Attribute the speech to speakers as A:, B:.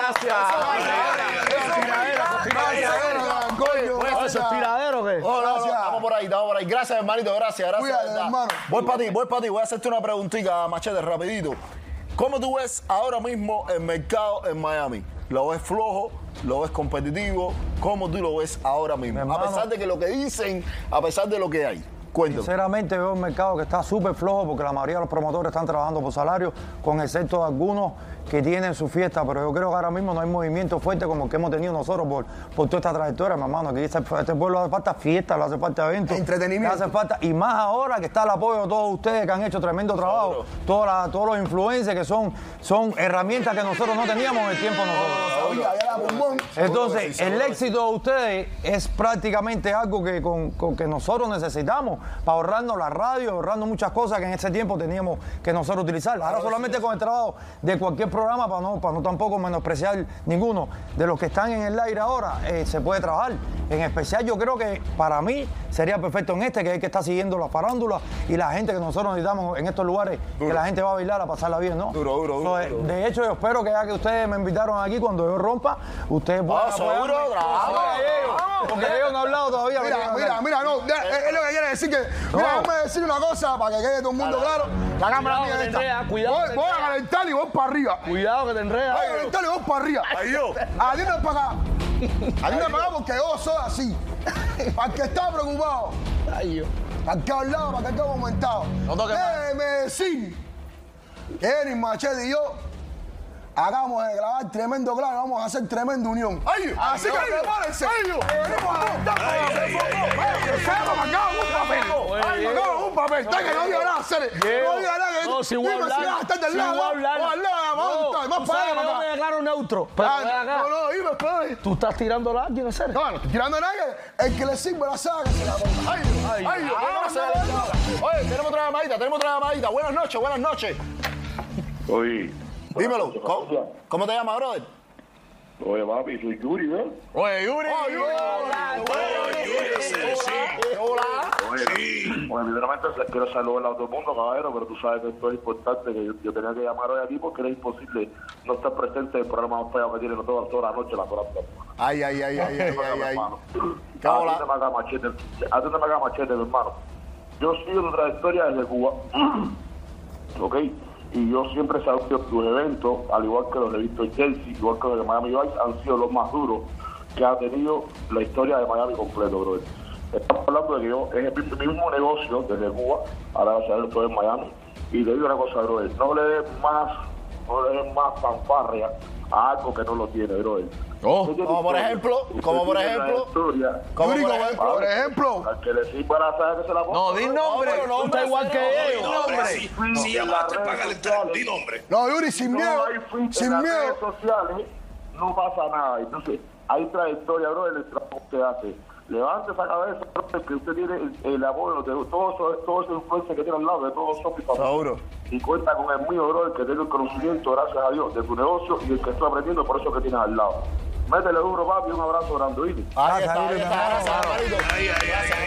A: gracias. Eso es tiradero, ¿qué?
B: No, no, no, estamos por ahí, estamos por ahí. Gracias, hermanito, gracias, gracias.
C: Cuídate,
B: de verdad.
C: hermano.
B: Voy para ti, voy para ti. Voy a hacerte una preguntita, machete, rapidito. ¿Cómo tú ves ahora mismo el mercado en Miami? ¿Lo ves flojo? ¿Lo ves competitivo? ¿Cómo tú lo ves ahora mismo?
A: Mi
B: a pesar
A: hermano.
B: de que lo que dicen, a pesar de lo que hay. Cuéntame.
A: Sinceramente veo un mercado que está súper flojo porque la mayoría de los promotores están trabajando por salario, con excepto de algunos que tienen su fiesta, pero yo creo que ahora mismo no hay movimiento fuerte como el que hemos tenido nosotros por, por toda esta trayectoria, mi hermano. Aquí este, este pueblo hace falta fiesta, le hace falta eventos.
C: Entretenimiento.
A: le hace falta, y más ahora que está el apoyo de todos ustedes que han hecho tremendo trabajo, todas las- todos los influencers que son, son herramientas que nosotros no teníamos en el tiempo nosotros.
C: Oiga, ya la bombón.
A: Entonces, el éxito de ustedes es prácticamente algo que, con- con que nosotros necesitamos para ahorrarnos la radio, ahorrando muchas cosas que en ese tiempo teníamos que nosotros utilizar. Ahora solamente con el trabajo de cualquier programa, para no, para no tampoco menospreciar ninguno de los que están en el aire ahora, eh, se puede trabajar. En especial yo creo que para mí sería perfecto en este, que es el que está siguiendo las farándulas y la gente que nosotros necesitamos en estos lugares, que la gente va a bailar, a pasarla bien, ¿no?
B: Duro, duro, duro,
A: So, eh, De hecho, yo espero que ya que ustedes me invitaron aquí, cuando yo rompa, ustedes
B: Ah,
A: puedan
B: seguro,
A: apoyarme.
B: bravo,
A: Porque ellos- Porque ellos no han hablado todavía. pero ellos
C: Mira,
A: han
C: mira,
A: hablado.
C: mira, no. de- Es es lo que quiere decir que. Mira,
A: No.
C: déjame decir una cosa para que quede todo el mundo claro. La cámara mía es esta.
D: cuidado,
C: Voy- Voy a calentar y voy para arriba. Voy
D: Cuidado que te
C: a
D: enredas.
C: calentar y voy para arriba.
B: Ay, yo.
C: A ti no es para acá. A ti no es para acá porque yo soy así. Al que está preocupado. Al que ha hablado, para que esté aumentado.
B: toques más.
C: Déjeme decir que Erin Machete y yo hagamos de grabar tremendo claro, vamos a hacer tremenda unión.
B: Ay,
C: Así que
B: ay, ay,
C: prepárense. Venimos a montar con la Vamos, acá un papel. Ay, acá un papel. Está que no diga nada, Cere. No diga nada. que-
D: No, si voy a
C: Dime si vas a
D: hablar.
C: estar del
D: si
C: lado.
D: voy a hablar.
C: o al lado, vamos a
D: No,
C: estar, Más
D: tú
C: para
D: sabes
C: allá,
D: que yo
C: más
D: me
C: para acá.
D: declaro neutro. Pero ven
C: Ah,
D: acá.
C: No, no, dime, espérate.
D: Tú estás tirando la alguien, hacer.
C: No, no estoy tirando a nadie. El que le sirve la saga se la ponga. Ay,
B: Ay, ay, ay,
C: ay,
B: no se
C: ay,
B: le diga nada. Oye, tenemos otra llamadita, tenemos otra llamadita. Buenas noches, buenas noches.
E: Oye,
B: Dímelo, ¿cómo, cómo te llamas, brother?
E: oye, papi, soy Yuri, ¿no?
B: Oye, Oh, Yuri. Oye, Hola.
E: Oye, oye, primeramente se- quiero saludar a todo el mundo, caballero, pero tú sabes que esto es importante, que yo, yo tenía que llamar hoy aquí porque era imposible no estar presente en el programa más feo que tiene todas toda la noche, la hora de la
B: Ay, ay, ay, ay, ay, ay, ay.
E: hermano.
B: Qué hola.
E: Atiéndeme acá, machete, atiéndeme acá, machete, mi hermano. Yo sigo tu trayectoria desde Cuba, ¿ok? Y yo siempre he sabido que tus eventos, al igual que los he visto en Chelsea, igual que los de Miami Vice, han sido los más duros que ha tenido la historia de Miami completo, brother. Estamos hablando de que yo, es el mismo- mismo negocio desde Cuba, ahora vas a hacer esto en Miami. Y te digo una cosa, brother, no le des más, no le des más fanfarria a algo que no lo tiene, brother.
B: Oh,
E: Usted tiene
B: como por
E: historia.
B: ejemplo,
E: Usted
B: como por
E: tiene la
B: ejemplo.
E: historia.
B: ¿Cómo
C: Yuri,
B: por
C: como-
B: ejemplo?
C: por ejemplo.
E: Al que le sirva la saga que se la ponga.
F: No, di nombre.
B: pero
F: Tú estás
B: hombre,
F: igual
B: cero,
F: que
B: no,
F: ellos.
B: hombre.
F: hombre.
E: No,
F: Si
E: en
F: llamaste
E: las
F: para
E: redes
F: calentar, di
E: sociales.
F: nombre.
C: No, Yuri, sin
E: No
C: miedo.
E: hay fin, en
C: Sin
E: las redes
C: miedo.
E: sociales no pasa nada. Entonces, hay trayectoria, bro, en el trabajo que usted hace. Levante esa cabeza, bro, que usted tiene el, el apoyo de todos esos todo esa influencia que tiene al lado, de todos esos mis papás.
B: Seguro.
E: Y cuenta con el mío, bro, el que tiene el conocimiento, gracias a Dios, de tu negocio y el que estoy aprendiendo por eso que tienes al lado. Métele duro, papi, un abrazo grande, ¿oíste?
B: Ahí está,
A: Yuri,
B: ahí
A: mi
B: está.
A: hermano.
B: Gracias, hermanito.
F: Ay, ay, ay, ay.